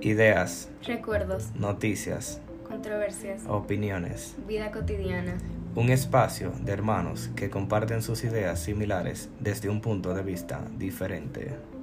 ideas, Recuerdos, noticias, controversias, opiniones. vida cotidiana. Un espacio de hermanos que comparten sus ideas similares desde un punto de vista diferente.